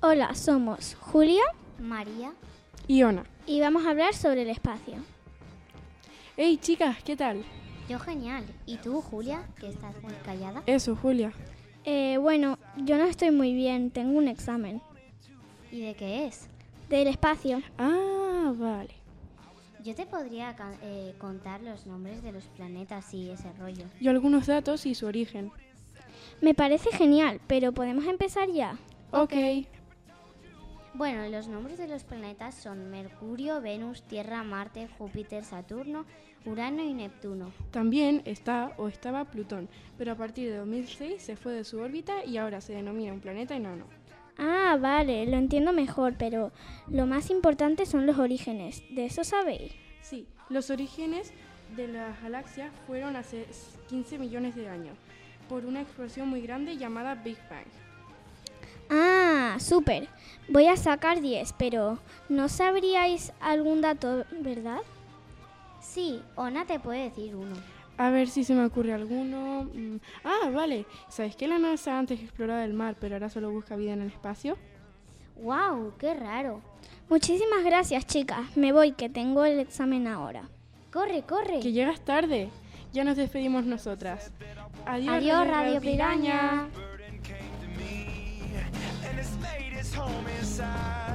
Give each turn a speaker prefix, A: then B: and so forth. A: Hola, somos Julia
B: María.
C: Iona.
A: y vamos a hablar sobre el espacio.
C: Hey chicas, ¿qué tal?
B: Yo genial. ¿Y tú, Julia, que estás muy callada?
C: Eso, Julia.
A: Eh, bueno, yo no estoy muy bien, tengo un examen
B: ¿Y de qué es?
A: del espacio.
C: Ah, vale.
B: Yo te podría ca- eh, contar los nombres de los planetas y ese rollo.
C: Y algunos datos y su origen.
A: Me parece genial, pero podemos empezar ya.
C: Ok.
B: Bueno, los nombres de los planetas son Mercurio, Venus, Tierra, Marte, Júpiter, Saturno, Urano y Neptuno.
C: También está o estaba Plutón, pero a partir de 2006 se fue de su órbita y ahora se denomina un planeta enano.
A: Ah, vale, lo entiendo mejor, pero lo más importante son los orígenes, de eso sabéis.
C: Sí, los orígenes de las galaxias fueron hace 15 millones de años, por una explosión muy grande llamada Big Bang.
A: Ah, súper. Voy a sacar 10, pero ¿no sabríais algún dato, verdad?
B: Sí, Ona te puede decir uno.
C: A ver si se me ocurre alguno. Mm, Ah, vale. ¿Sabes que la NASA antes exploraba el mar, pero ahora solo busca vida en el espacio?
B: ¡Wow! ¡Qué raro!
A: Muchísimas gracias, chicas. Me voy, que tengo el examen ahora.
B: ¡Corre, corre!
C: Que llegas tarde. Ya nos despedimos nosotras. Adiós,
B: Adiós, Radio Piraña.
D: burden came to me and it's made its home inside.